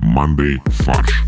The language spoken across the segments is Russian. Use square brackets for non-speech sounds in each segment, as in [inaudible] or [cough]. командой «Фарш».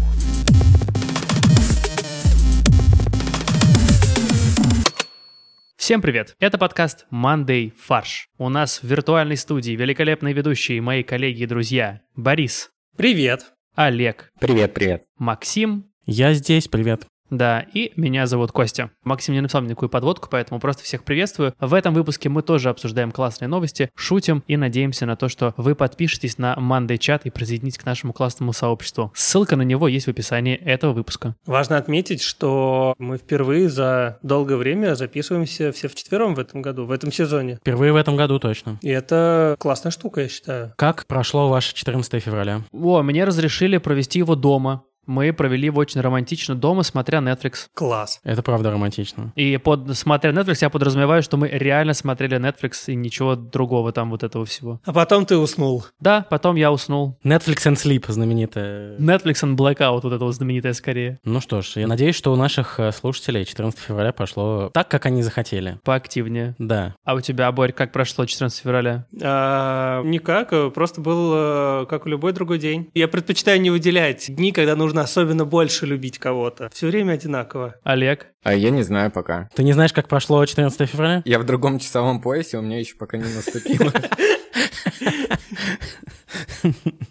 Всем привет! Это подкаст Monday Фарш. У нас в виртуальной студии великолепные ведущие мои коллеги и друзья Борис, Привет. Олег, Привет, привет. Максим, Я здесь, привет. да, и меня зовут Костя. Максим не написал мне никакую подводку, поэтому просто всех приветствую. В этом выпуске мы тоже обсуждаем классные новости, шутим и надеемся на то, что вы подпишетесь на Monday чат и присоединитесь к нашему классному сообществу. Ссылка на него есть в описании этого выпуска. Важно отметить, что мы впервые за долгое время записываемся все вчетвером в этом году, в этом сезоне. Впервые в этом году точно. И это классная штука, я считаю. Как прошло ваше 14 февраля? О, мне разрешили провести его дома. Мы провели его очень романтично дома, смотря Netflix. Класс. Это правда романтично. И под смотря Netflix я подразумеваю, что мы реально смотрели Netflix и ничего другого там вот этого всего. А потом ты уснул. Да, потом я уснул. Netflix and Sleep знаменитая. Netflix and Blackout, вот это вот знаменитое скорее, Ну что ж, я надеюсь, что у наших э, слушателей 14 февраля прошло так, как они захотели. поактивнее. Да. А у тебя, Борь, как прошло 14 февраля? А, никак, э, просто был э, как и любой другой день. Я предпочитаю не выделять дни, когда нужно особенно больше любить кого-то. Все время одинаково. Олег? А я не знаю пока. Ты не знаешь, как прошло 14 февраля? Я в другом часовом поясе, у меня еще пока не наступило.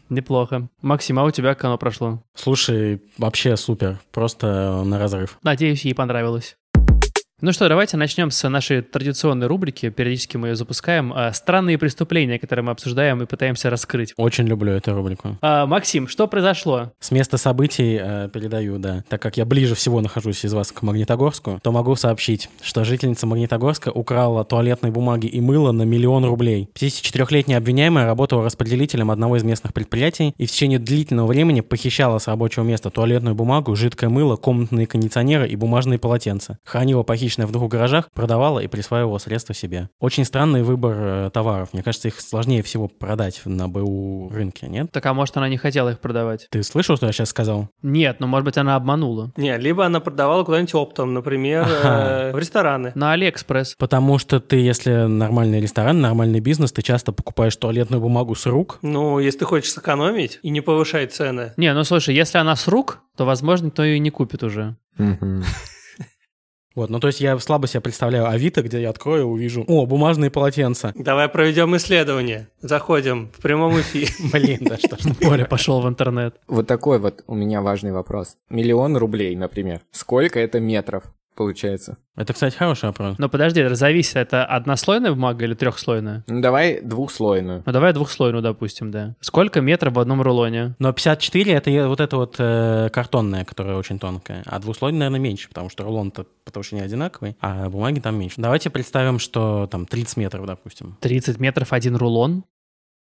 Неплохо. Максим, а у тебя как оно прошло? Слушай, вообще супер. Просто э, на разрыв. Надеюсь, ей понравилось. Ну что, давайте начнем с нашей традиционной рубрики, периодически мы ее запускаем, э, «Странные преступления», которые мы обсуждаем и пытаемся раскрыть. Очень люблю эту рубрику. А, Максим, что произошло? С места событий э, передаю, да. Так как я ближе всего нахожусь из вас к Магнитогорску, то могу сообщить, что жительница Магнитогорска украла туалетной бумаги и мыло на миллион рублей. 54-летняя обвиняемая работала распределителем одного из местных предприятий и в течение длительного времени похищала с рабочего места туалетную бумагу, жидкое мыло, комнатные кондиционеры и бумажные полотенца. Хранила похищенное в двух гаражах, продавала и присваивала средства себе. Очень странный выбор э, товаров. Мне кажется, их сложнее всего продать на БУ рынке, нет? Так, а может, она не хотела их продавать? Ты слышал, что я сейчас сказал? Нет, ну, может быть, она обманула. Не, либо она продавала куда-нибудь оптом, например, э, в рестораны. На Алиэкспресс. Потому что ты, если нормальный ресторан, нормальный бизнес, ты часто покупаешь туалетную бумагу с рук. Ну, если ты хочешь сэкономить и не повышать цены. Не, ну слушай, если она с рук, то, возможно, никто ее и не купит уже. [laughs] Мгм. Вот, ну то есть я слабо себе представляю Авито, где я открою и увижу, о, бумажные полотенца. Давай проведем исследование. Заходим в прямом эфире. [laughs] Блин, да что ж [laughs] Оля пошел в интернет. Вот такой вот у меня важный вопрос. Миллион рублей, например. Сколько это метров получается? Это, кстати, хороший вопрос. Но Ну, подожди, это зависит, это однослойная бумага или трехслойная? Ну, давай двухслойную. Ну давай двухслойную, допустим, да. Сколько метров в одном рулоне? Но 54 это я- вот это вот э, картонная, которая очень тонкая. А двуслойная, наверное, меньше, потому что рулон-то потому что не одинаковый, а бумаги там меньше. Давайте представим, что там 30 метров, допустим. 30 метров один рулон?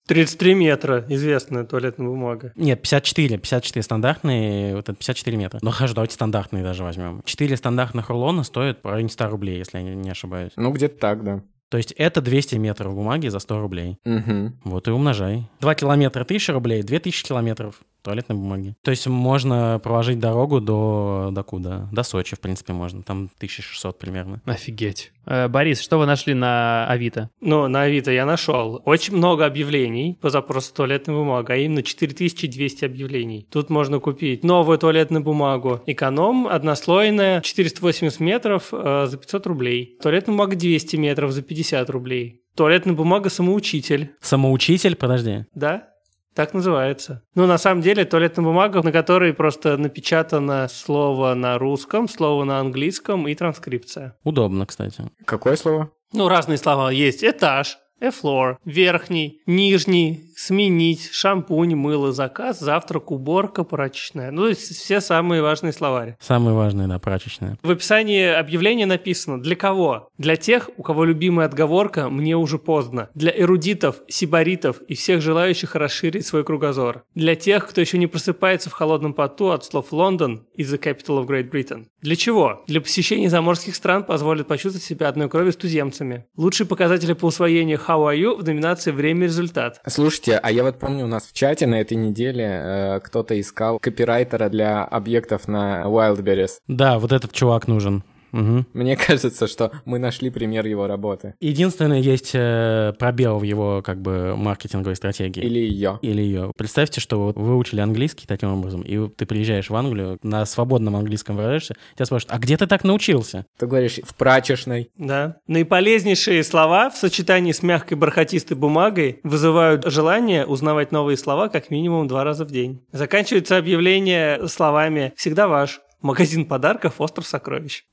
33 метра, известная туалетная бумага. Нет, 54, 54 стандартные, вот это 54 метра. Ну хорошо, давайте стандартные даже возьмем. 4 стандартных рулона стоят в районе 100 рублей, если я не- не ошибаюсь. Ну, где-то так, да. То есть это 200 метров бумаги за 100 рублей. Мгм. Вот и умножай. 2 километра 1000 рублей, 2000 километров туалетной бумаги. То есть можно проложить дорогу до, до куда? До Сочи, в принципе, можно. Там 1600 примерно. Офигеть. Э, Борис, что вы нашли на Авито? Ну, на Авито я нашел очень много объявлений по запросу туалетной бумаги, а именно 4200 объявлений. Тут можно купить новую туалетную бумагу, эконом, однослойная, 480 метров э, за 500 рублей. Туалетная бумага 200 метров за 50 рублей. Туалетная бумага самоучитель, Самоучитель, подожди. да? Так называется. Ну, на самом деле, туалетная бумага, на которой просто напечатано слово на русском, слово на английском и транскрипция. Удобно, кстати. Какое слово? Ну, разные слова есть. Этаж, floor, верхний, нижний, сменить, шампунь, мыло, заказ, завтрак, уборка, прачечная. Ну, то есть все самые важные словари. Самое важное, да, прачечное. В описании объявления написано «Для кого?» Для тех, у кого любимая отговорка «Мне уже поздно». Для эрудитов, сибаритов и всех желающих расширить свой кругозор. Для тех, кто еще не просыпается в холодном поту от слов «Лондон» из «The Capital of Great Britain». Для чего? Для посещения заморских стран позволит почувствовать себя одной крови с туземцами. Лучшие показатели по усвоению «How are you» в номинации «Время и результат». Слушайте, а я вот помню, у нас в чате на этой неделе э, кто-то искал копирайтера для объектов на Wildberries. Да, вот этот чувак нужен. Мгм. Мне [laughs] кажется, что мы нашли пример его работы. Единственное, есть э, пробел в его как бы маркетинговой стратегии. Или ее. или ее. Представьте, что вот вы учили английский таким образом, и ты приезжаешь в Англию, на свободном английском выражаешься, тебя спрашивают, а где ты так научился? [laughs] Ты говоришь, в прачечной. Да. Наиполезнейшие слова в сочетании с мягкой бархатистой бумагой вызывают желание узнавать новые слова как минимум два раза в день. Заканчивается объявление словами «Всегда ваш». Магазин подарков «Остров сокровищ».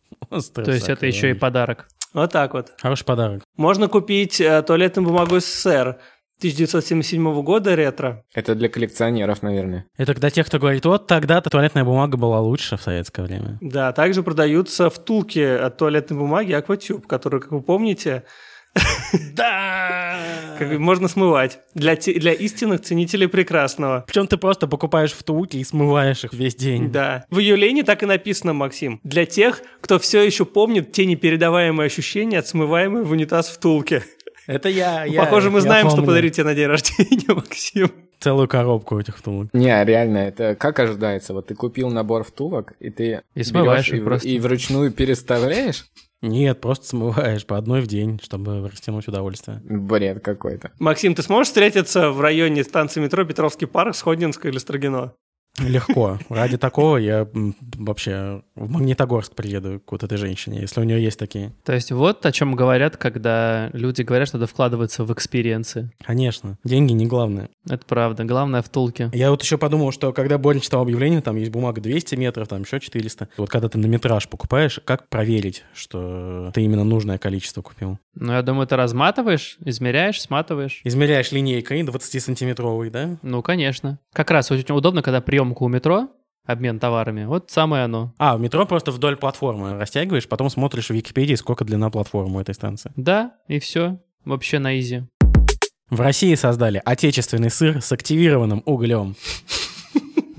То есть это еще и подарок. Вот так вот. Хороший подарок. Можно купить э, туалетную бумагу СССР 1977 года ретро. Это для коллекционеров, наверное. Это для тех, кто говорит, вот тогда-то туалетная бумага была лучше в советское время. Да, также продаются втулки от туалетной бумаги Акватюб, которые, как вы помните, Да! [laughs] как бы можно смывать для, те- для истинных ценителей прекрасного. Причем ты просто покупаешь втулки и смываешь их весь день. Да. В июлене так и написано, Максим. Для тех, кто все еще помнит те непередаваемые ощущения, отсмываемые в унитаз втулки. Это я, А я. Похоже, мы я знаем, что помню. подарить тебе на день [laughs] рождения, Максим. Целую коробку этих втулок. Не, реально, это как ожидается? Вот ты купил набор втулок, и ты И смываешь берешь их и, в- просто. и вручную переставляешь? Нет, просто смываешь по одной в день, чтобы растянуть удовольствие. Бред какой-то. Максим, ты сможешь встретиться в районе станции метро Петровский парк, Сходнинска или Строгино? Легко. Ради такого я м, вообще в Магнитогорск приеду к вот этой женщине, если у нее есть такие. То есть вот о чем говорят, когда люди говорят, что надо вкладываться в экспириенсы. Конечно, деньги не главное. Это правда. Главное втулки. Я вот еще подумал, что когда Борин читал объявление, там есть бумага 200 метров, там еще 400. Вот когда ты на метраж покупаешь, как проверить, что ты именно нужное количество купил? Ну, я думаю, ты разматываешь, измеряешь, сматываешь. Измеряешь линейкой 20-сантиметровой, да? Ну, конечно. Как раз очень удобно, когда приемка у метро, обмен товарами. Вот самое оно. А, в метро просто вдоль платформы растягиваешь, потом смотришь в Википедии, сколько длина платформы у этой станции. Да, и все. Вообще на изи. В России создали отечественный сыр с активированным углем.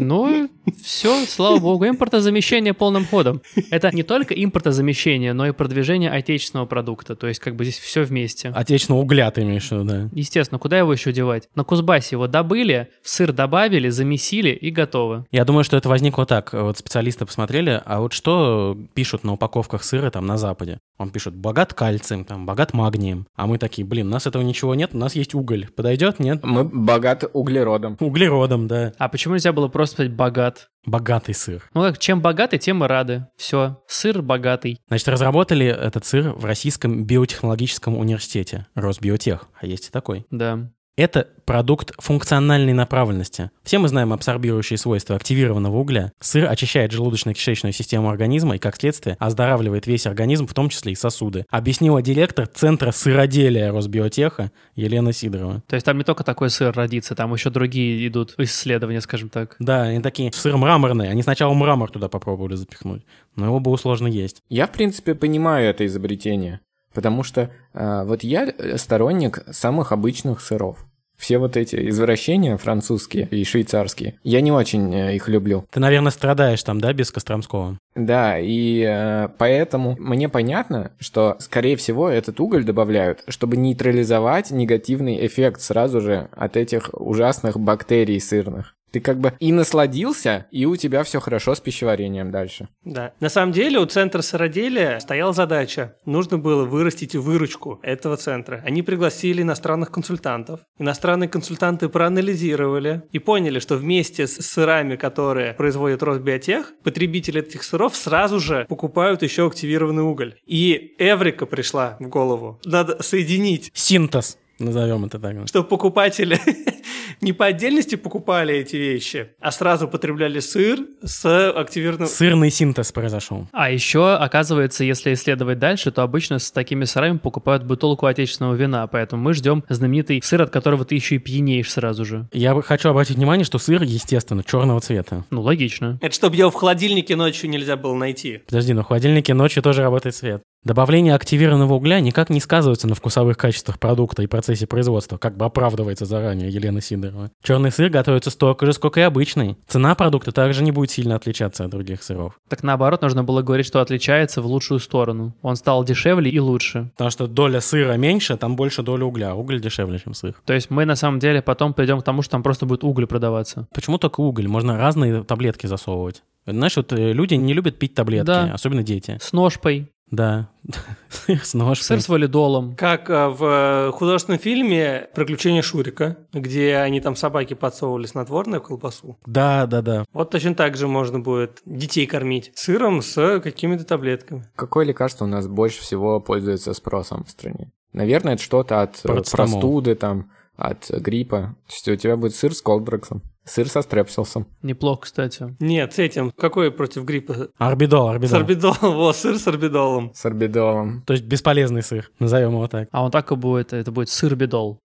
Ну, все, слава богу, импортозамещение полным ходом. Это не только импортозамещение, но и продвижение отечественного продукта. То есть, как бы здесь все вместе. Отечественного угля ты имеешь в виду, да. Естественно, куда его еще девать? На Кузбассе его добыли, в сыр добавили, замесили и готово. Я думаю, что это возникло так. Вот специалисты посмотрели, а вот что пишут на упаковках сыра там на Западе? Он пишет «богат кальцием», там «богат магнием». А мы такие, блин, у нас этого ничего нет, у нас есть уголь. Подойдет? Нет. [laughs] Мы богаты углеродом. Углеродом, да. А почему нельзя было просто сказать богат? Богатый сыр. Ну как, чем богаты, тем и рады. Все, сыр богатый. Значит, разработали этот сыр в Российском биотехнологическом университете. Росбиотех. А есть и такой. Да. Это продукт функциональной направленности. Все мы знаем абсорбирующие свойства активированного угля. Сыр очищает желудочно-кишечную систему организма и, как следствие, оздоравливает весь организм, в том числе и сосуды. Объяснила директор Центра сыроделия Росбиотеха Елена Сидорова. То есть там не только такой сыр родится, там еще другие идут исследования, скажем так. Да, они такие, сыр мраморный. Они сначала мрамор туда попробовали запихнуть, но его было сложно есть. Я, в принципе, понимаю это изобретение, потому что э, вот я э, сторонник самых обычных сыров. Все вот эти извращения французские и швейцарские, я не очень э, их люблю. Ты, наверное, страдаешь там, да, без Костромского? Да, и э, поэтому мне понятно, что, скорее всего, этот уголь добавляют, чтобы нейтрализовать негативный эффект сразу же от этих ужасных бактерий сырных. Ты как бы и насладился, и у тебя все хорошо с пищеварением дальше. Да. На самом деле у центра сыроделия стояла задача. Нужно было вырастить выручку этого центра. Они пригласили иностранных консультантов. Иностранные консультанты проанализировали и поняли, что вместе с сырами, которые производит Росбиотех, потребители этих сыров сразу же покупают еще активированный уголь. И Эврика пришла в голову. Надо соединить Синтез, назовем это так. чтобы покупатели [laughs] не по отдельности покупали эти вещи, а сразу потребляли сыр с активированным... Сырный синтез произошел. А еще, оказывается, если исследовать дальше, то обычно с такими сырами покупают бутылку отечественного вина, поэтому мы ждем знаменитый сыр, от которого ты еще и пьянеешь сразу же. Я бы хочу обратить внимание, что сыр, естественно, черного цвета. Ну, логично. Это чтобы его в холодильнике ночью нельзя было найти. Подожди, но в холодильнике ночью тоже работает свет. Добавление активированного угля никак не сказывается на вкусовых качествах продукта и процессе производства, как бы оправдывается заранее Елена Сидорова. Черный сыр готовится столько же, сколько и обычный. Цена продукта также не будет сильно отличаться от других сыров. Так наоборот, нужно было говорить, что отличается в лучшую сторону. Он стал дешевле и лучше. Потому что доля сыра меньше, там больше доля угля. А Уголь дешевле, чем сыр. То есть мы на самом деле потом придем к тому, что там просто будет уголь продаваться. Почему только уголь? Можно разные таблетки засовывать. Знаешь, вот э, люди не любят пить таблетки, Да. особенно дети. С ножпой, Да. [laughs] Сыр с ножкой. сыр с валидолом. Как э, в э, художественном фильме «Приключения Шурика», где они там собаке подсовывали снотворное в колбасу. Да, да, да. Вот точно так же можно будет детей кормить сыром с какими-то таблетками. Какое лекарство у нас больше всего пользуется спросом в стране? Наверное, это что-то от э, Парацетамол. простуды, там, от гриппа. То есть у тебя будет сыр с колдрексом, сыр со стрепсилсом. Неплохо, кстати. Нет, с этим. Какой против гриппа? Орбидол, орбидол. С [laughs] орбидолом. Вот, сыр с орбидолом. С орбидолом. То есть бесполезный сыр, назовем его так. А он так и будет, это будет сыр-бедол.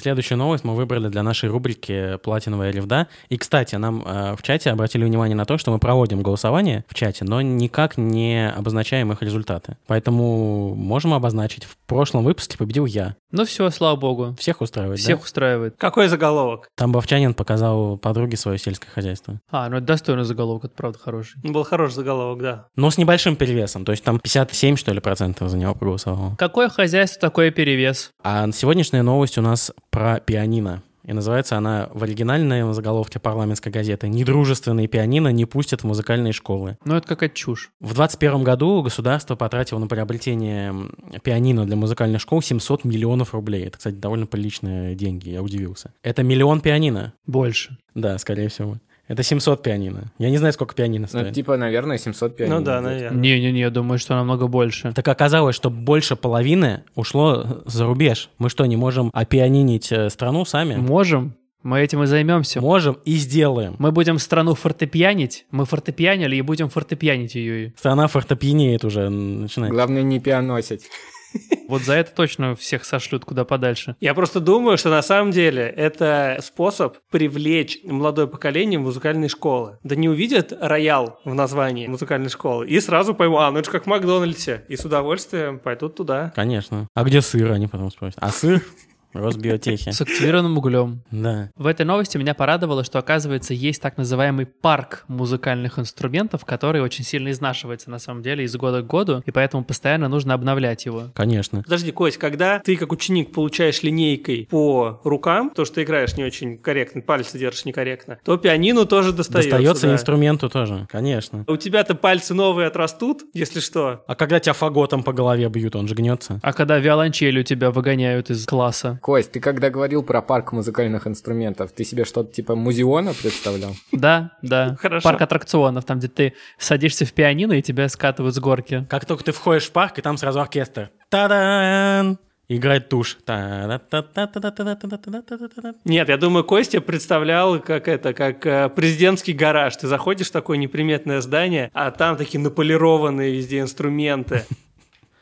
Следующую новость мы выбрали для нашей рубрики «Платиновая ревда». И, кстати, нам э, в чате обратили внимание на то, что мы проводим голосование в чате, но никак не обозначаем их результаты. Поэтому можем обозначить. В прошлом выпуске победил я. Ну все, слава богу. Всех устраивает, да? Всех устраивает. Какой заголовок? Там Бовчанин показал подруге свое сельское хозяйство. А, ну это достойный заголовок, это правда хороший. Был хороший заголовок, да. Но с небольшим перевесом. То есть там 57, что ли, процентов за него проголосовало. Какое хозяйство, такой и перевес. А сегодняшняя новость у нас про пианино. И называется она в оригинальной заголовке парламентской газеты «Недружественные пианино не пустят в музыкальные школы». Ну это какая-то чушь. В 2021 году государство потратило на приобретение м, пианино для музыкальных школ 700 миллионов рублей. Это, кстати, довольно приличные деньги, я удивился. Это миллион пианино. Больше. Да, скорее всего. Это 700 пианино. Я не знаю, сколько пианино Ну, это стоит. типа, наверное, 700 пианино. ну да, будет. наверное. Не-не-не, я думаю, что намного больше. Так оказалось, что больше половины ушло за рубеж. Мы что, не можем опианинить э, страну сами? Можем, мы этим и займемся. Можем и сделаем. Мы будем страну фортепианить, мы фортепианили и будем фортепианить ее. Страна фортопьянеет уже, м, начинает. Главное не пианосить. Вот за это точно всех сошлют куда подальше. Я просто думаю, что на самом деле это способ привлечь молодое поколение в музыкальные школы. Да не увидят роял в названии музыкальной школы и сразу поймут, а, ну это же как в Макдональдсе. И с удовольствием пойдут туда. Конечно. А где сыр, они потом спросят. А сыр? [laughs] Росбиотехи. С активированным углем. Да. В этой новости меня порадовало, что, оказывается, есть так называемый парк музыкальных инструментов, который очень сильно изнашивается, на самом деле, из года к году, и поэтому постоянно нужно обновлять его. Конечно. Подожди, Кость, когда ты как ученик получаешь линейкой по рукам, то, что ты играешь не очень корректно, пальцы держишь некорректно, то пианину тоже достается. Достается да. инструменту тоже, конечно. У тебя-то пальцы новые отрастут, если что. А когда тебя фаготом по голове бьют, он же гнется. А когда виолончель у тебя выгоняют из класса? Кость, ты когда говорил про парк музыкальных инструментов, ты себе что-то типа музеона представлял? Да, да. Хорошо. Парк аттракционов, там, где ты садишься в пианино и тебя скатывают с горки. Как только ты входишь в парк, и там сразу оркестр. Та-дан! Играет тушь. Та-да-та-та-та-та-та-та-та-та-та-та-та. Нет, я думаю, Костя представлял, как это, как э, президентский гараж. Ты заходишь в такое неприметное здание, а там такие наполированные везде инструменты.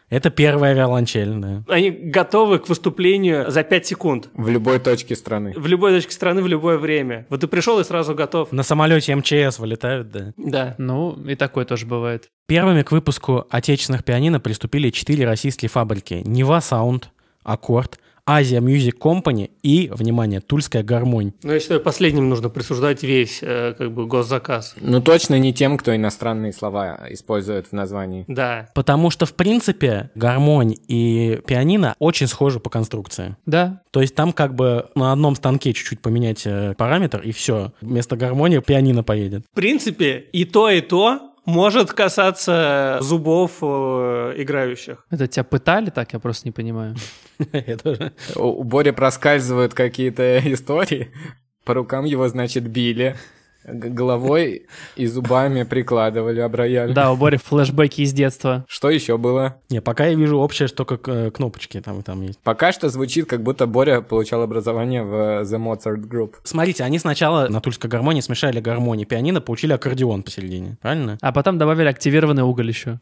Это первая виолончель, да. Они готовы к выступлению за 5 секунд. В любой точке страны. В любой точке страны, в любое время. Вот ты пришел и сразу готов. На самолете МЧС вылетают, да. Да. Ну, и такое тоже бывает. Первыми к выпуску отечественных пианино приступили четыре российские фабрики. Нева Саунд, Аккорд, Азия Music Company и, внимание, Тульская Гармонь. Ну, я считаю, последним нужно присуждать весь, э, как бы, госзаказ. Ну точно не тем, кто иностранные слова использует в названии. Да. Потому что, в принципе, гармонь и пианино очень схожи по конструкции. Да, То есть там как бы на одном станке чуть-чуть поменять э, параметр, и все. Вместо гармонии пианино поедет. [laughs] В принципе, и то, и то может касаться зубов э, играющих. это тебя пытали так, я просто не понимаю. Это же- У у Бори проскальзывают какие-то [laughs] истории. По рукам его, значит, били. г- Головой и зубами прикладывали, оброяли. Да, у Бори флешбеки из детства. Что еще было? Не, пока я вижу общее, что как э, кнопочки там и там есть. Пока что звучит, как будто Боря получал образование в э, The Mozart Group. Смотрите, они сначала на Тульской гармонии смешали гармонии пианино, получили аккордеон посередине, правильно? А потом добавили активированный уголь еще.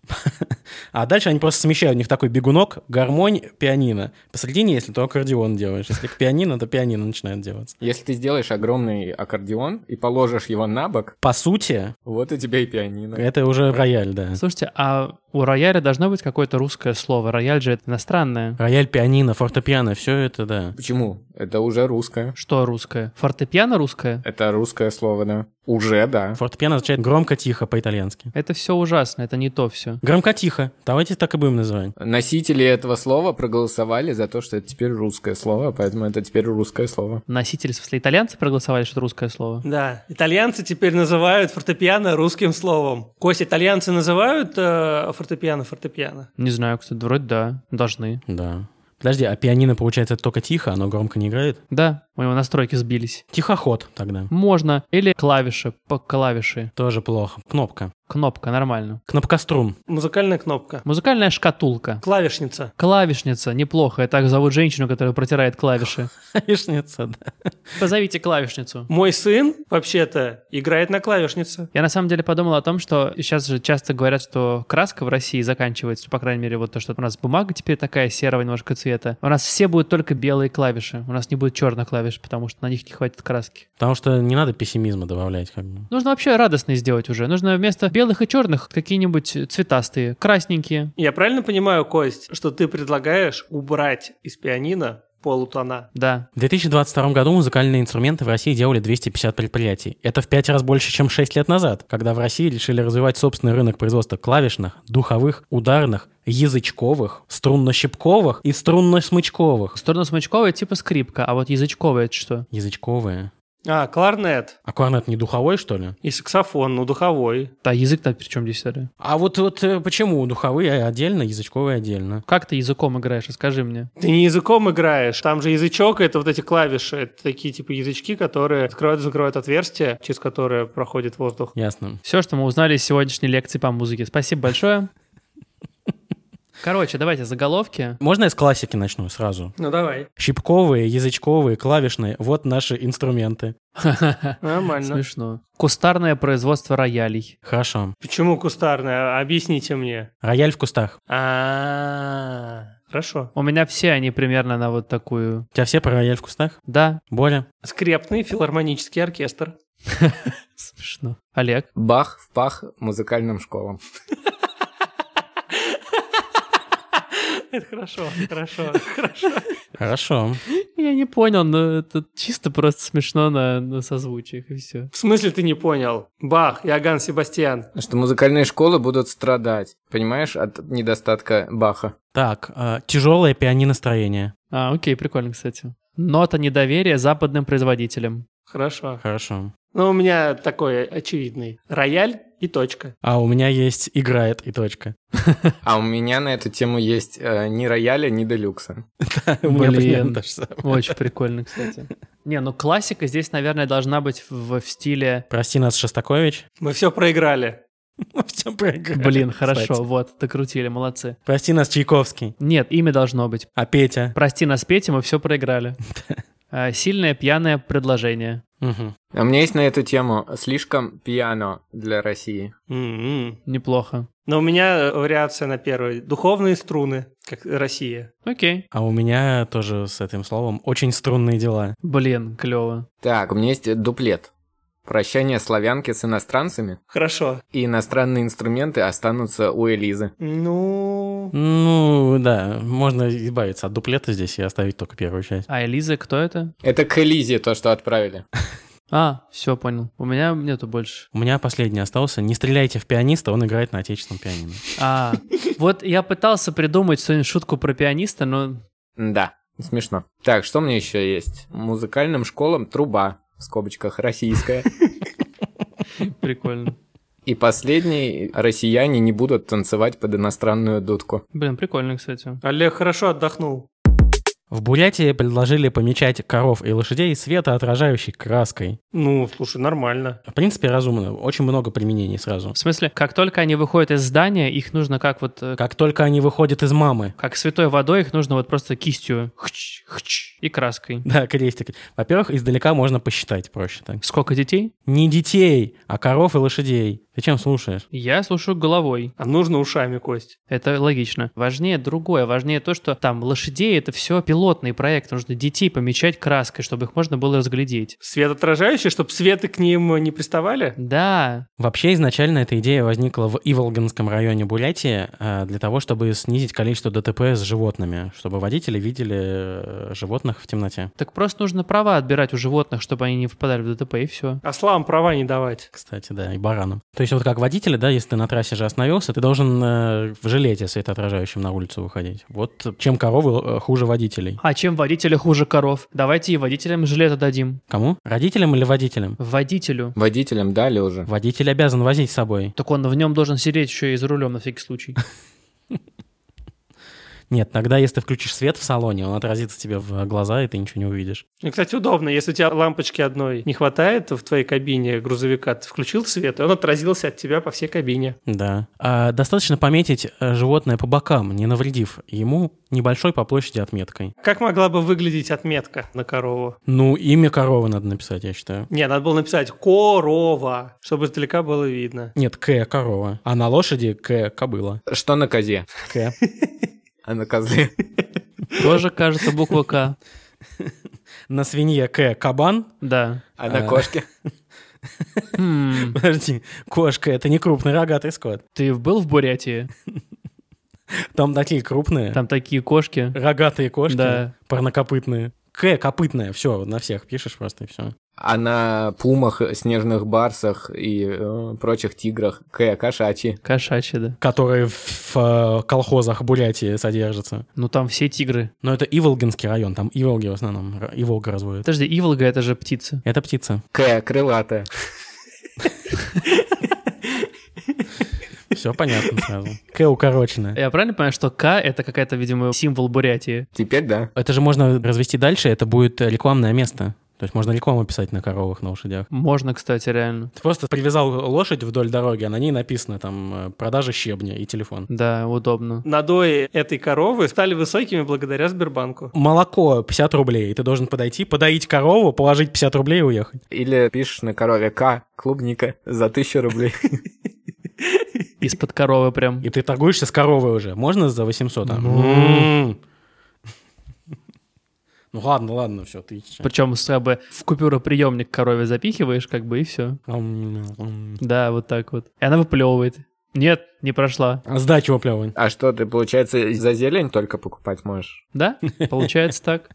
А дальше они просто смещают, у них такой бегунок, гармонь, пианино. Посередине, если то аккордеон делаешь, если пианино, то пианино начинает делаться. Если ты сделаешь огромный аккордеон и положишь его на бок, По сути, вот и тебе и пианино. это уже рояль, да. Слушайте, а У рояля должно быть какое-то русское слово. Рояль же это иностранное. Рояль, пианино, фортепиано, все это, да. Почему? Это уже русское. Что русское? Фортепиано русское? Это русское слово, да. Уже, да. Фортепиано означает громко-тихо по-итальянски. Это все ужасно, это не то все. Громко-тихо. Давайте так и будем называть. Носители этого слова проголосовали за то, что это теперь русское слово, поэтому это теперь русское слово. Носители, в смысле, итальянцы проголосовали, что это русское слово? Да, итальянцы теперь называют фортепиано русским словом. Костя, итальянцы называют э, фортепиано фортепиано? Не знаю, кстати, вроде да, должны. Да. Подожди, а пианино, получается, только тихо, оно громко не играет? Да, у него настройки сбились. Тихоход тогда. Можно. Или клавиши, по клавиши. Тоже плохо. Кнопка. Кнопка, нормально. Кнопкострум. [laughs] Музыкальная кнопка. Музыкальная шкатулка. Клавишница. Клавишница, неплохо. Я так зовут женщину, которая протирает клавиши. Клавишница, да. Позовите клавишницу. Мой сын, вообще-то, играет на клавишнице. Я на самом деле подумал о том, что сейчас же часто говорят, что краска в России заканчивается, по крайней мере, вот то, что у нас бумага теперь такая серого немножко цвета. У нас все будут только белые клавиши, у нас не будет черных клавиш, потому что на них не хватит краски. Потому что не надо пессимизма добавлять, как бы. Нужно вообще радостные сделать уже. Нужно вместо белых и черных какие-нибудь цветастые, красненькие. Я правильно понимаю, Кость, что ты предлагаешь убрать из пианино полутона? Да. В 2022 году музыкальные инструменты в России делали 250 предприятий. Это в 5 раз больше, чем 6 лет назад, когда в России решили развивать собственный рынок производства клавишных, духовых, ударных, язычковых, струнно-щипковых и струнно-смычковых. Струнно-смычковая типа скрипка, а вот язычковая это что? Язычковые. А, кларнет А кларнет не духовой, что ли? и саксофон, ну, духовой. Да, язык-то при чем здесь это? А вот, вот э, почему духовые отдельно, язычковые отдельно? Как ты языком играешь, расскажи мне. Ты не языком играешь, там же язычок, это вот эти клавиши, это такие типа язычки, которые открывают и закрывают отверстия, через которые проходит воздух. Ясно. Все, что мы узнали из сегодняшней лекции по музыке. Спасибо большое. Короче, давайте заголовки. Можно я с классики начну сразу? Ну, давай. Щипковые, язычковые, клавишные — вот наши инструменты. Нормально. Смешно. Кустарное производство роялей. Хорошо. Почему кустарная? Объясните мне. Рояль в кустах. А, Хорошо. У меня все они примерно на вот такую. У тебя все про рояль в кустах? Да, Боря? Скрепный филармонический оркестр. смешно. Олег, Бах в пах музыкальным школам. [laughs] Это хорошо, хорошо. Хорошо. я не понял, но это чисто просто смешно на, на созвучиях и все. [laughs] В смысле ты не понял? Бах, Иоганн Себастьян. Что музыкальные школы будут страдать, понимаешь, от недостатка Баха. Так, э, тяжелое пианиностроение. А, окей, прикольно, кстати. Нота недоверия западным производителям. Хорошо. Хорошо. Ну, у меня такой очевидный. Рояль и точка. А у меня есть играет и точка. [laughs] А у меня на эту тему есть э, ни рояля, ни делюкса. У меня Блин. примерно то же самое. Очень прикольно, кстати. Не, ну классика здесь, наверное, должна быть в, в стиле... Прости нас, Шостакович. Мы все проиграли. [laughs] Мы всё проиграли, Блин, кстати. хорошо, вот, докрутили, молодцы. Прости нас, Чайковский. Нет, имя должно быть. А Петя? Прости нас, Петя, мы все [laughs] проиграли. А, Сильное пьяное предложение. Мгм. А у меня есть на эту тему слишком пиано для России. М-м. Неплохо. Но у меня э, вариация на первой. Духовные струны, как Россия. Окей. А у меня тоже с этим словом очень струнные дела. Блин, клево. Так, у меня есть дуплет. Прощание славянки с иностранцами. Хорошо. И иностранные инструменты останутся у Элизы. Ну... Ну, да, можно избавиться от дуплета здесь и оставить только первую часть. А Элиза, кто это? Это к Элизе то, что отправили. А, все, понял. У меня нету больше. У меня последний остался. Не стреляйте в пианиста, он играет на отечественном пианино. [laughs] А, вот я пытался придумать что-нибудь шутку про пианиста, но Да, смешно. Так, что у меня еще есть? Музыкальным школам труба, в скобочках, российская. прикольно. И последний, россияне не будут танцевать под иностранную дудку. Блин, прикольно, кстати. Олег хорошо отдохнул. В Бурятии предложили помечать коров и лошадей светоотражающей краской. Ну, слушай, нормально. В принципе, разумно. Очень много применений сразу. В смысле, как только они выходят из здания, их нужно как вот... э, Как только они выходят из мамы. [laughs] Как святой водой, их нужно вот просто кистью хч, хч, и краской. Да, крестик. Во-первых, издалека можно посчитать проще так. Сколько детей? Не детей, а коров и лошадей. Ты чем слушаешь? Я слушаю головой. А нужно ушами, Кость. Это логично. Важнее другое. Важнее то, что там лошадей это все пилотный проект, нужно детей помечать краской, чтобы их можно было разглядеть. Светоотражающие, чтобы светы к ним не приставали? Да, Вообще изначально эта идея возникла в Иволгинском районе Бурятии э, для того, чтобы снизить количество ДТП с животными, чтобы водители видели э, животных в темноте. так просто нужно права отбирать у животных, чтобы они не попадали в ДТП, и все. Ослам А права не давать. Кстати, да, и баранам. То есть вот как водитель, да, если ты на трассе же остановился, ты должен э, в жилете светоотражающем на улицу выходить. Вот чем коровы э, хуже водителей. А чем водителя хуже коров? Давайте и водителям жилет дадим. Кому? Родителям или водителям? Водителю. Водителям дали уже. Водитель обязан возить с собой. Так он в нем должен сидеть еще и за рулем на всякий [laughs] случай. Нет, тогда если ты включишь свет в салоне, он отразится тебе в глаза, и ты ничего не увидишь. И, кстати, удобно, если у тебя лампочки одной не хватает в твоей кабине грузовика, ты включил свет, и он отразился от тебя по всей кабине. Да. А, достаточно пометить э, животное по бокам, не навредив ему небольшой по площади отметкой. Как могла бы выглядеть отметка на корову? Ну, имя коровы надо написать, я считаю. Не, надо было написать «корова», чтобы издалека было видно. Нет, К корова. А на лошади К кобыла. Что на козе? К. А на козы? Тоже, кажется, буква К. [laughs] На свинье К кабан. Да. Хм. А на А. кошке? М, Подожди, кошка это не крупный рогатый скот. Ты был в [laughs] Бурятии? Там такие крупные, Там такие кошки. рогатые кошки, Да. парнокопытные. К копытная, все, на всех пишешь просто и все. А на пумах, снежных барсах и э, прочих тиграх? К, кошачьи. Кошачьи, да. Которые в э, колхозах Бурятии содержатся. Ну там все тигры. Но это Иволгинский район, там Иволги в основном, р- Иволга разводят. Подожди, Иволга — это же птица. Это птица. К, крылатая. Все понятно сразу. [laughs] К укороченная. Я правильно понимаю, что К — это какая-то, видимо, символ Бурятии? Теперь да. Это же можно развести дальше, это будет э, рекламное место. То есть можно рекламу писать на коровах, на лошадях. Можно, кстати, реально. Ты просто привязал лошадь вдоль дороги, а на ней написано там э, продажа щебня и телефон. Да, удобно. Надои этой коровы стали высокими благодаря Сбербанку. Молоко 50 рублей, и ты должен подойти, подоить корову, положить 50 рублей и уехать. Или пишешь на корове К, клубника за тысячу рублей. Из-под коровы прям. И ты торгуешься с коровой уже. Можно за 800? а? Ну. М. Ну ладно, ладно, все, ты. Причем с собой в купюроприемник корове запихиваешь, как бы, и все. Да, вот так вот. И она выплевывает. Нет, не прошла. Сдачи воплявань. А что, ты, получается, за зелень только покупать можешь? [laughs] Да? Получается так.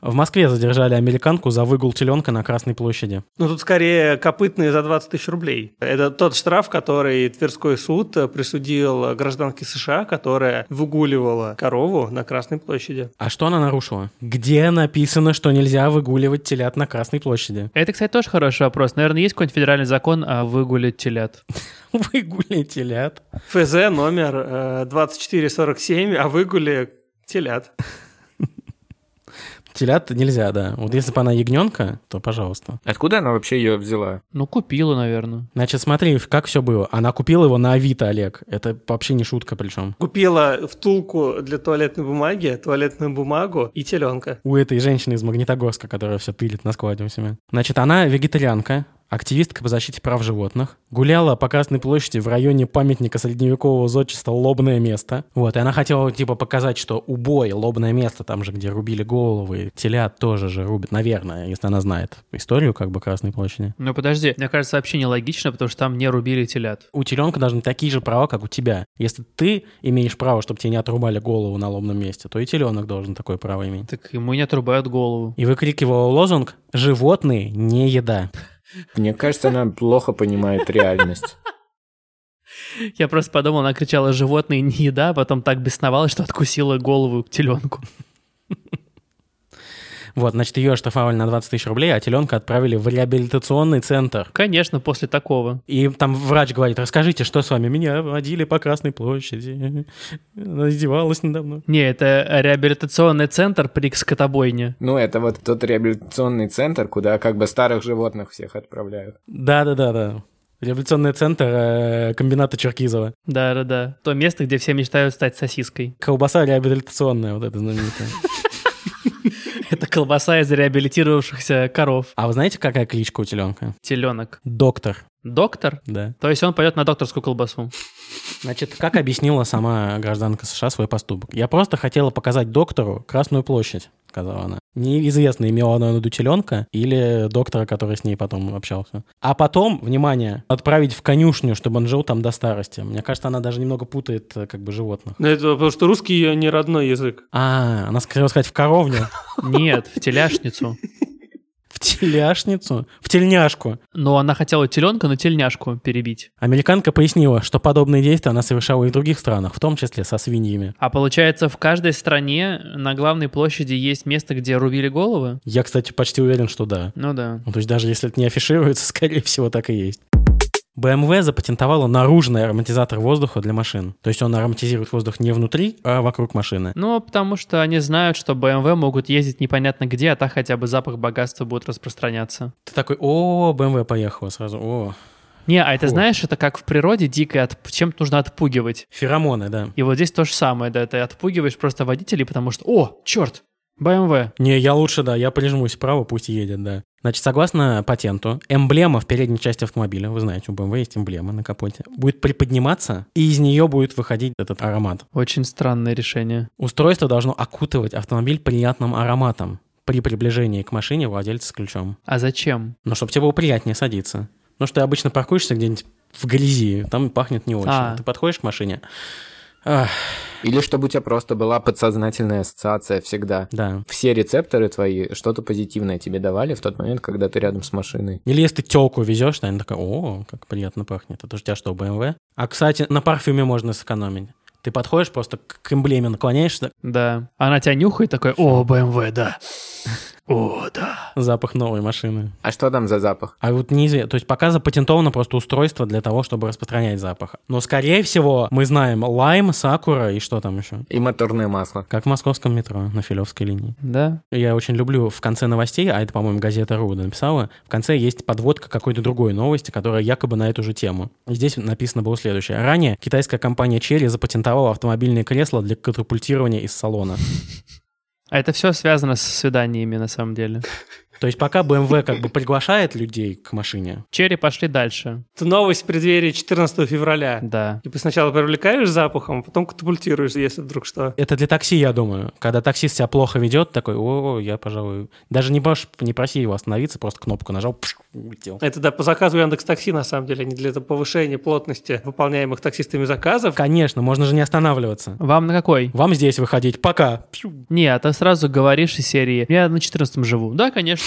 В Москве задержали американку за выгул теленка на Красной площади. Ну, тут скорее копытные за 20 тысяч рублей. Это тот штраф, который Тверской суд э, присудил э, гражданке США, которая выгуливала корову на Красной площади. А что она нарушила? Где написано, что нельзя выгуливать телят на Красной площади? [laughs] Это, кстати, тоже хороший вопрос. Наверное, есть какой-нибудь федеральный закон о выгуле телят? Выгули телят. ФЗ номер э, 2447, а выгули телят. Телят нельзя, да. Вот если бы она ягненка, то пожалуйста. Откуда она вообще ее взяла? Ну, купила, наверное. Значит, смотри, как все было. Она купила его на Авито, Олег. Это вообще не шутка причем. Купила втулку для туалетной бумаги, туалетную бумагу и теленка. У этой женщины из Магнитогорска, которая все тылит на складе у себя. Значит, она вегетарианка, активистка по защите прав животных, гуляла по Красной площади в районе памятника средневекового зодчества «Лобное место». Вот, и она хотела, типа, показать, что убой, лобное место, там же, где рубили головы, телят тоже же рубят, наверное, если она знает историю, как бы, Красной площади. Ну, подожди, мне кажется, вообще нелогично, потому что там не рубили телят. У теленка должны быть такие же права, как у тебя. Если ты имеешь право, чтобы тебе не отрубали голову на лобном месте, то и теленок должен такое право иметь. Так ему не отрубают голову. И выкрикивала лозунг «Животные не еда». Мне кажется, она плохо понимает реальность. Я просто подумал, она кричала «животные не еда», а потом так бесновалась, что откусила голову теленку. [laughs] Вот, значит, ее оштрафовали на 20 тысяч рублей, а теленка отправили в реабилитационный центр. Конечно, после такого. И там врач говорит, расскажите, что с вами? Меня водили по Красной площади. Она издевалась надо мной. Не, это реабилитационный центр при скотобойне. Ну, это вот тот реабилитационный центр, куда как бы старых животных всех отправляют. Да-да-да-да. Реабилитационный центр э, комбината Черкизова. Да-да-да. То место, где все мечтают стать сосиской. [laughs] Колбаса реабилитационная, вот эта знаменитая. Это колбаса из реабилитировавшихся коров. А вы знаете, какая кличка у теленка? Теленок. Доктор. Доктор? Да. То есть он пойдет на докторскую колбасу. Значит, как объяснила сама гражданка США свой поступок? Я просто хотела показать доктору Красную площадь, сказала она. Неизвестно, имела она в виду теленка или доктора, который с ней потом общался. А потом, внимание, отправить в конюшню, чтобы он жил там до старости. Мне кажется, она даже немного путает э, как бы животных. Ну, это потому что русский ее не родной язык. А, она скорее сказать в коровню, Нет, в теляшницу. в теляшницу, в тельняшку. Но она хотела теленка на тельняшку перебить. Американка пояснила, что подобные действия она совершала и в других странах, в том числе со свиньями. А получается, в каждой стране на главной площади есть место, где рубили головы? Я, кстати, почти уверен, что да. Ну да. Ну, то есть даже если это не афишируется, [laughs] скорее всего, так и есть. BMW запатентовала наружный ароматизатор воздуха для машин. То есть он ароматизирует воздух не внутри, а вокруг машины. Ну, потому что они знают, что BMW могут ездить непонятно где, а так хотя бы запах богатства будет распространяться. Ты такой, о, BMW поехала сразу, о. Не, а это Фу. знаешь, это как в природе дикое, отп- чем-то нужно отпугивать. Феромоны, да. И вот здесь то же самое, да, ты отпугиваешь просто водителей, потому что, о, черт, эм BMW. Не, я лучше, да, я прижмусь вправо, пусть едет, да. Значит, согласно патенту, эмблема в передней части автомобиля, вы знаете, у BMW есть эмблема на капоте, будет приподниматься, и из нее будет выходить этот аромат. Очень странное решение. Устройство должно окутывать автомобиль приятным ароматом при приближении к машине владельца с ключом. А зачем? Ну, чтобы тебе было приятнее садиться. Ну, что ты обычно паркуешься где-нибудь в грязи, там пахнет не очень. А. Ты подходишь к машине, ах, Или чтобы у тебя просто была подсознательная ассоциация всегда. да. Все рецепторы твои что-то позитивное тебе давали в тот момент, когда ты рядом с машиной. Или если ты телку везешь, то она такая, о, как приятно пахнет. Это ж у тебя что, BMW? А, кстати, на парфюме можно сэкономить. Ты подходишь просто к к эмблеме, наклоняешься, [laughs] Да. Она тебя нюхает такой, о, BMW, да. О, да. запах новой машины. А что там за запах? А вот неизвестно, то есть пока запатентовано просто устройство для того, чтобы распространять запах. Но, скорее всего, мы знаем лайм, сакура и что там еще. И моторное масло. Как в московском метро на Филевской линии. Да. Я очень люблю в конце новостей, а это, по-моему, газета РУ написала, в конце есть подводка какой-то другой новости, которая якобы на эту же тему. И здесь написано было следующее. Ранее китайская компания Черри запатентовала автомобильное кресло для катапультирования из салона. А это все связано с свиданиями на самом деле. То есть пока BMW как бы приглашает людей к машине, Черри пошли дальше. Это новость в преддверии 14 февраля. Да. Типа сначала привлекаешь запахом, а потом катапультируешь, если вдруг что. это для такси, я думаю. Когда таксист себя плохо ведет, такой, о, я, пожалуй... Даже не, прош- не проси его остановиться, просто кнопку нажал, пш, улетел. Это да, по заказу Яндекс Такси, на самом деле, не для этого повышения плотности выполняемых таксистами заказов. Конечно, можно же не останавливаться. Вам на какой? Вам здесь выходить, пока. Пшу. Не, а ты сразу говоришь из серии «Я на 14 живу». Да, конечно.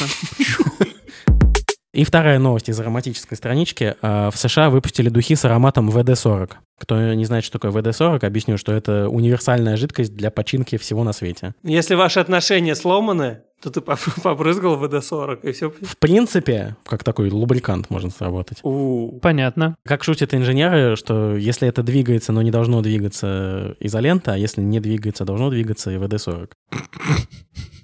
И вторая новость из ароматической странички. А, В США выпустили духи с ароматом ВД-40. Кто не знает, что такое ВД-40, объясню, что это универсальная жидкость для починки всего на свете. Если ваши отношения сломаны, то ты поп- [laughs] побрызгал ВД-40, и все. В принципе, как такой лубрикант можно сработать. у Понятно. Как шутят инженеры, что если это двигается, но не должно двигаться изолента, а если не двигается, должно двигаться и ВД-40.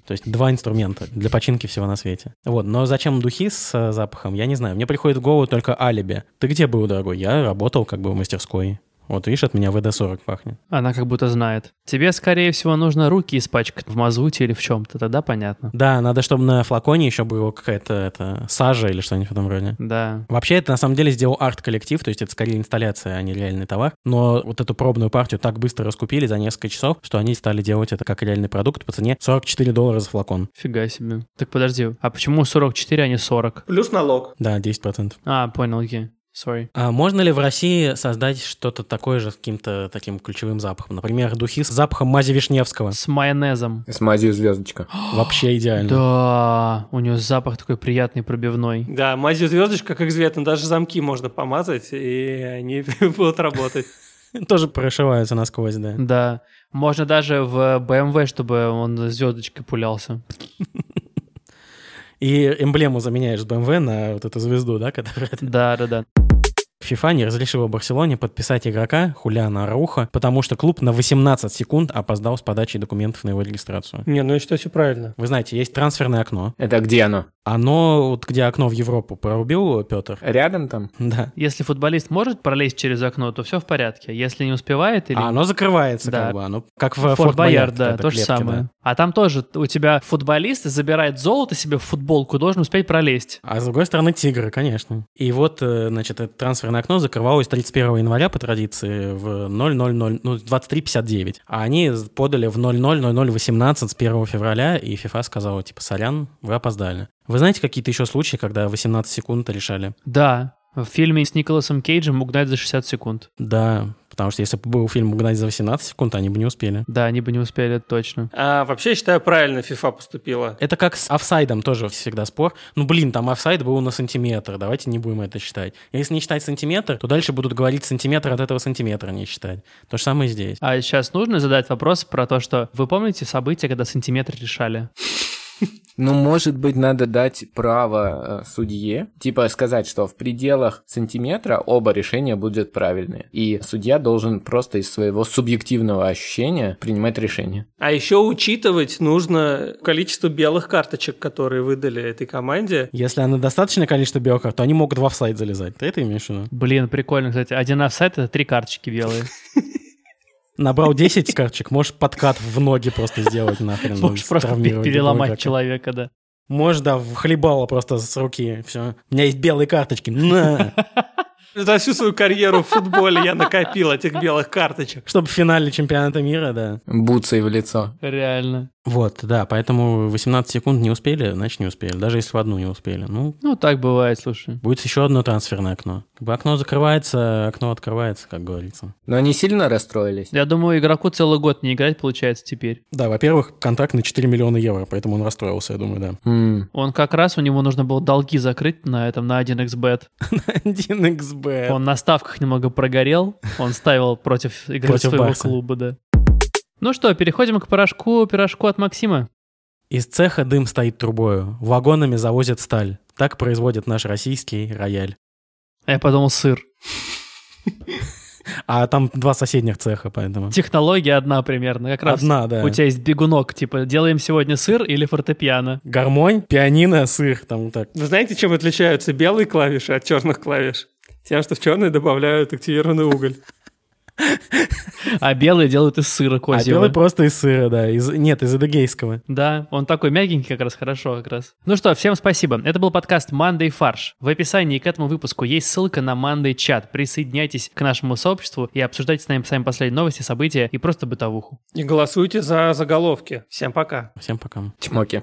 То есть два инструмента для починки всего на свете. Вот, но зачем духи с э, запахом, я не знаю. Мне приходит в голову только алиби. Ты где был, дорогой? Я работал как бы в мастерской. Вот, видишь, от меня ВД-40 пахнет. Она как будто знает. Тебе, скорее всего, нужно руки испачкать в мазуте или в чем-то, тогда понятно. Да, надо, чтобы на флаконе еще была какая-то это, сажа или что-нибудь в этом роде. Да. Вообще, это на самом деле сделал арт-коллектив, то есть это скорее инсталляция, а не реальный товар. Но вот эту пробную партию так быстро раскупили за несколько часов, что они стали делать это как реальный продукт по цене 44 доллара за флакон. Фига себе. Так подожди, а почему 44, а не 40? Плюс налог. Да, 10%. А, понял, окей. Sorry. А можно ли в России создать что-то такое же с каким-то таким ключевым запахом? Например, духи с запахом мази [gasps] Вишневского. С майонезом. С мазью звездочка. Вообще идеально. Да, у нее запах такой приятный, пробивной. Да, мазью звездочка, как известно, даже замки можно помазать, и они [laughs] будут работать. [laughs] Тоже прошиваются насквозь, да. Да. Можно даже в BMW, чтобы он звездочкой пулялся. И эмблему заменяешь с BMW на вот эту звезду, да, которая Да, да, да. ФИФА не разрешила Барселоне подписать игрока Хулиана Аруха, потому что клуб на 18 секунд опоздал с подачей документов на его регистрацию. Не, ну я считаю, все правильно. Вы знаете, есть трансферное окно. Это где оно? Оно Оно, вот где окно в Европу прорубил Петр? рядом там? [laughs] Да. Если футболист может пролезть через окно, то все в порядке. Если не успевает или... А оно закрывается Да. как бы, оно как в Форт, Форт Боярд, Боярд, да, эта то же клетка, самое. да. А там тоже у тебя футболист забирает золото себе в футболку, должен успеть пролезть. А с другой стороны, тигры, конечно. И вот, э, значит, это трансферное окно закрывалось 31 января по традиции в 0.00, ну, 23.59. А они подали в 00.00.18 с 1 февраля, и FIFA сказала, типа, сорян, вы опоздали. Вы знаете какие-то еще случаи, когда 18 секунд решали? Да, в фильме с Николасом Кейджем «Угнать за 60 секунд». Да, потому что если бы был фильм «Угнать за 18 секунд», они бы не успели. Да, они бы не успели, это точно. А, вообще, я считаю, правильно FIFA поступила. Это как с офсайдом тоже всегда спор. Ну, блин, там офсайд был на сантиметр, давайте не будем это считать. Если не считать сантиметр, то дальше будут говорить сантиметр от этого сантиметра не считать. То же самое и здесь. А сейчас нужно задать вопрос про то, что вы помните события, когда сантиметр решали? Ну, может быть, надо дать право э, судье, типа сказать, что в пределах сантиметра оба решения будут правильные. И судья должен просто из своего субъективного ощущения принимать решение. А еще учитывать нужно количество белых карточек, которые выдали этой команде. Если она достаточное количество белых карт, то они могут в офсайд залезать. Ты это имеешь в виду? Блин, прикольно, кстати. Один офсайт — это три карточки белые. [laughs] Набрал 10 карточек, можешь подкат в ноги просто сделать нахрен. ну, Можешь просто травмировать переломать игрока. человека, да. Можешь, да, в хлебало просто с руки. Все. У меня есть белые карточки. На! За всю свою карьеру в футболе я накопил этих белых карточек. Чтобы в финале чемпионата мира, да. Буцей в лицо. Реально. Вот, да, поэтому 18 секунд не успели, значит не успели. Даже если в одну не успели. Ну, Ну, так бывает, слушай. будет еще одно трансферное окно. Как бы окно закрывается, окно открывается, как говорится. Но они сильно расстроились. Я думаю, игроку целый год не играть получается теперь. Да, во-первых, контракт на 4 миллиона евро, поэтому он расстроился, я думаю, [laughs] да. М, Он как раз, у него нужно было долги закрыть на этом, на 1xbet. 1xb. Он на ставках немного прогорел, он ставил против игры Против своего Барса. клуба, да. Ну что, переходим к порошку, пирожку от Максима. Из цеха дым стоит трубою, вагонами завозят сталь. Так производит наш российский рояль. А Я подумал, сыр. А там два соседних цеха, поэтому. Технология одна примерно, как раз. Одна, да. У тебя есть бегунок, типа, делаем сегодня сыр или фортепиано. Гармонь, пианино, сыр, там так. Вы знаете, чем отличаются белые клавиши от черных клавиш? Тем, что в черные добавляют активированный уголь. А белые делают из сыра А козьего. белый просто из сыра, да. Из... Нет, из адыгейского. Да, он такой мягенький как раз, хорошо как раз. Ну что, всем спасибо. Это был подкаст «Мандай фарш». В описании к этому выпуску есть ссылка на «Мандай чат». Присоединяйтесь к нашему сообществу и обсуждайте с нами сами последние новости, события и просто бытовуху. И голосуйте за заголовки. Всем пока. Всем пока. Чмоки.